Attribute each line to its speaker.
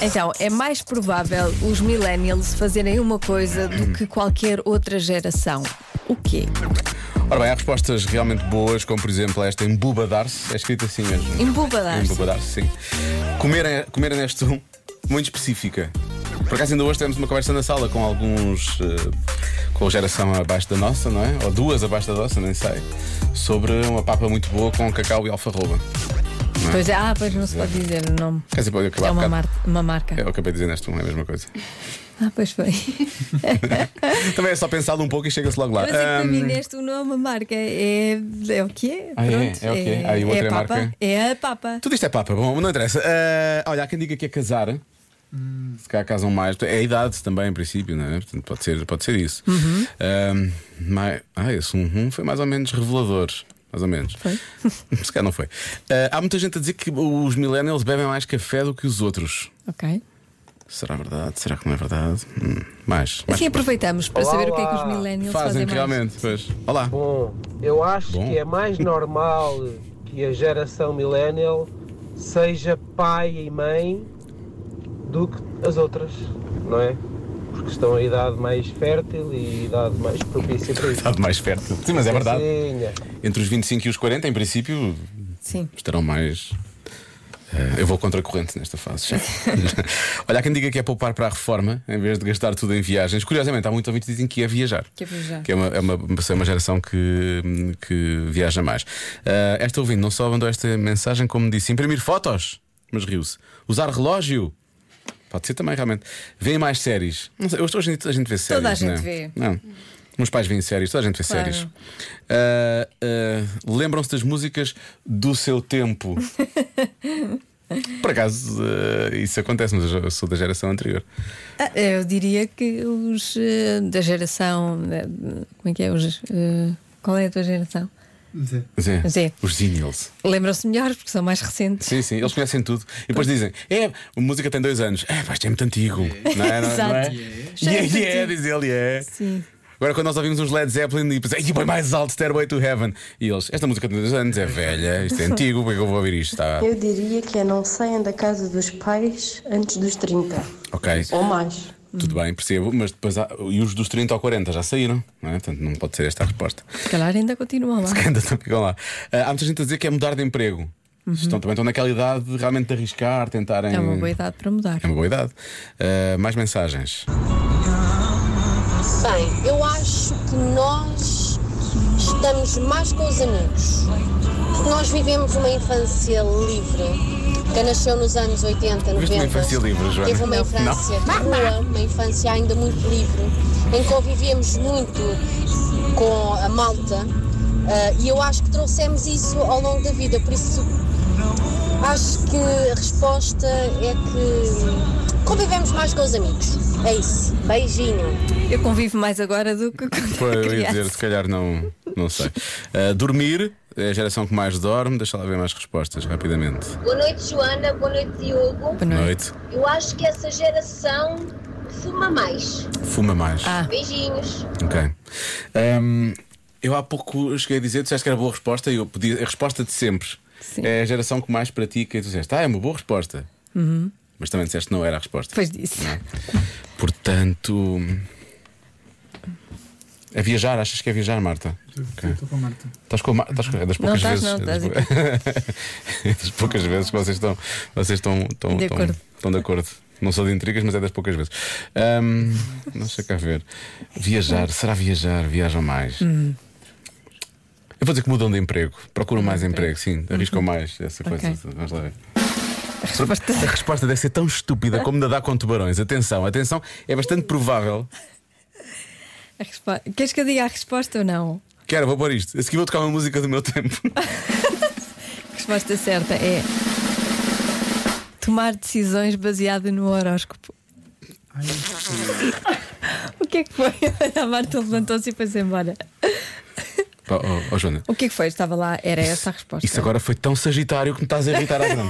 Speaker 1: Então, é mais provável os millennials fazerem uma coisa
Speaker 2: Hum.
Speaker 1: do que qualquer outra geração. O quê?
Speaker 2: Ora bem, há respostas realmente boas, como por exemplo esta embubadar-se, é escrita assim mesmo.
Speaker 1: Embubadar-se.
Speaker 2: Embubadar-se, sim. Comer, é- comer é neste um, muito específica. Por acaso ainda hoje tivemos uma conversa na sala com alguns eh, com geração abaixo da nossa, não é? Ou duas abaixo da nossa, nem sei, sobre uma papa muito boa com cacau e alfarroba.
Speaker 1: Pois é, ah, pois não se pode dizer o nome.
Speaker 2: Quer dizer, pode acabar
Speaker 1: É
Speaker 2: um
Speaker 1: uma,
Speaker 2: bocado.
Speaker 1: mar- uma marca.
Speaker 2: Eu acabei de dizer neste um, é a mesma coisa.
Speaker 1: Ah, pois foi.
Speaker 2: Também é só pensado um pouco e chega-se logo lá.
Speaker 1: Mas é que para
Speaker 2: Ahm,
Speaker 1: mim neste o nome, a marca é, é o que é.
Speaker 2: Ah, é?
Speaker 1: Pronto,
Speaker 2: É o quê? Ah, e outra
Speaker 1: é
Speaker 2: é
Speaker 1: a papa.
Speaker 2: marca?
Speaker 1: É a papa.
Speaker 2: Tudo isto é papa, bom, não interessa. Ah, olha, há quem diga que é casar.
Speaker 1: Hum.
Speaker 2: Se cá casam mais. É a idade também, em princípio, não é? Portanto, pode ser, pode ser isso.
Speaker 1: Uhum.
Speaker 2: Ahm, mas, ah, esse um, um foi mais ou menos revelador. Mais ou menos. Foi. Se calhar não foi. Ah, há muita gente a dizer que os millennials bebem mais café do que os outros.
Speaker 1: Ok.
Speaker 2: Será verdade? Será que não é verdade? Hum, mais. mais
Speaker 1: Assim aproveitamos para
Speaker 3: Olá,
Speaker 1: saber o que é que os
Speaker 3: olá.
Speaker 1: millennials
Speaker 2: fazem
Speaker 1: fazem, mais.
Speaker 2: realmente. Pois. Olá.
Speaker 3: Bom, eu acho
Speaker 2: Bom.
Speaker 3: que é mais normal que a geração millennial seja pai e mãe do que as outras, não é? Porque estão a idade mais fértil e a idade mais propícia para isso.
Speaker 2: Está de mais perto. Sim, mas é verdade.
Speaker 3: Sim,
Speaker 2: Entre os 25 e os 40, em princípio,
Speaker 1: Sim.
Speaker 2: estarão mais. eh, eu vou contra a corrente nesta fase. já. Olha, há quem diga que é poupar para a reforma em vez de gastar tudo em viagens. Curiosamente, há muitos ouvintes que dizem que é viajar.
Speaker 1: Que é viajar.
Speaker 2: Que é uma, é uma, é uma geração que, que viaja mais. Ah, esta ouvinte não só mandou esta mensagem, como disse: imprimir fotos, mas riu-se. Usar relógio. Pode ser também, realmente. Vêem mais séries. Não sei, hoje hoje em dia toda a gente vê séries.
Speaker 1: Toda a gente
Speaker 2: não é?
Speaker 1: vê.
Speaker 2: Não. Meus pais veem séries, toda a gente vê
Speaker 1: Claro.
Speaker 2: séries. Ah, ah, Lembram-se das músicas do seu tempo. Por acaso, ah, isso acontece, mas eu sou da geração anterior.
Speaker 1: Ah, eu diria que os eh, da geração. eh, Como é que é? Os, eh, qual é a tua geração?
Speaker 2: Zé,
Speaker 1: Zé.
Speaker 2: Os Zinils.
Speaker 1: Lembram-se melhores porque são mais recentes.
Speaker 2: Sim, sim, eles conhecem tudo. E depois dizem: É, a música tem dois anos. É, pá, isto é muito antigo. Não é? Não, não é?
Speaker 1: Exato.
Speaker 2: Yeah,
Speaker 1: Cheio de
Speaker 2: yeah,
Speaker 1: antigo.
Speaker 2: diz ele, é.
Speaker 1: Sim.
Speaker 2: Agora, quando nós ouvimos uns Led Zeppelin e pensei, e bem mais alto, Stairway to Heaven. E eles, esta música tem dois anos, é velha, isto é antigo, porque é que eu vou ouvir isto? Está.
Speaker 4: Eu diria que é não saiam da casa dos pais antes dos 30
Speaker 2: Ok,
Speaker 4: ou mais.
Speaker 2: tudo bem, percebo, mas depois há, e os dos 30 ou 40 já saíram, não é? Portanto, não pode ser esta a resposta.
Speaker 1: Se calhar ainda continua lá.
Speaker 2: Se calhar ainda não ficam lá. Ah, há muita gente a dizer que é mudar de emprego. Estão, também estão naquela idade de realmente arriscar, tentarem.
Speaker 1: Uhum. É uma boa idade para mudar.
Speaker 2: É uma boa idade. Ah, mais mensagens.
Speaker 5: Bem, eu acho que nós estamos mais com os amigos. Porque nós vivemos uma infância livre. Quem nasceu nos anos 80, 90.
Speaker 2: Viste uma infância livre, Joana?
Speaker 5: Teve uma
Speaker 2: Não.
Speaker 5: infância boa, uma infância ainda muito livre, em que convivíamos muito com a malta. ah, e eu acho que trouxemos isso ao longo da vida, por isso acho que a resposta é que convivemos mais com os amigos. É isso. Beijinho.
Speaker 1: Eu convivo mais agora do que quando
Speaker 2: Pois,
Speaker 1: era
Speaker 2: eu ia
Speaker 1: criança.
Speaker 2: dizer, se calhar não, não sei. Ah, dormir é a geração que mais dorme. Deixa lá ver mais respostas rapidamente.
Speaker 6: Boa noite, Joana. Boa noite, Diogo.
Speaker 1: Boa noite.
Speaker 2: Noite.
Speaker 6: Eu acho que essa geração fuma mais.
Speaker 2: Fuma mais.
Speaker 1: Ah.
Speaker 6: Beijinhos.
Speaker 2: Ok. Ahm, eu há pouco cheguei a dizer, tu disseste que era boa resposta e eu pedi a resposta de sempre.
Speaker 1: Sim.
Speaker 2: É a geração que mais pratica e tu disseste, ah, é uma boa resposta. Mas também disseste que não era a resposta.
Speaker 1: Depois disso.
Speaker 2: Portanto. É viajar, achas que é viajar, Marta?
Speaker 7: Estou com a Marta.
Speaker 2: Estás com a Marta? É das
Speaker 1: Não
Speaker 2: poucas
Speaker 1: estás,
Speaker 2: vezes.
Speaker 1: não,
Speaker 2: é das
Speaker 1: estás
Speaker 2: pou- é das poucas vezes que vocês estão. Vocês estão, estão,
Speaker 1: De
Speaker 2: estão,
Speaker 1: acordo.
Speaker 2: estão de acordo. Não sou de intrigas, mas é das poucas vezes. Ahm, deixa cá ver. Viajar, será viajar? Viajam mais.
Speaker 1: Hum.
Speaker 2: Eu vou dizer que mudam de emprego, procuram mais emprego, sim, arriscam mais essa coisa.
Speaker 1: Uhum. Ok.
Speaker 2: Vamos lá ver. A resposta deve ser tão estúpida como nadar com tubarões. Atenção, atenção, é bastante provável.
Speaker 1: A respo- Queres que eu diga a resposta ou não?
Speaker 2: Quero, vou pôr isto. A seguir vou tocar uma música do meu tempo.
Speaker 1: A resposta certa é. Tomar decisões baseadas no horóscopo. o que é que foi? A Marta levantou-se e foi-se embora.
Speaker 2: Pá, ó, ó, Joana,
Speaker 1: O que é que foi? Estava lá, era essa a resposta.
Speaker 2: Isso agora foi tão sagitário que me estás a irritar à grande.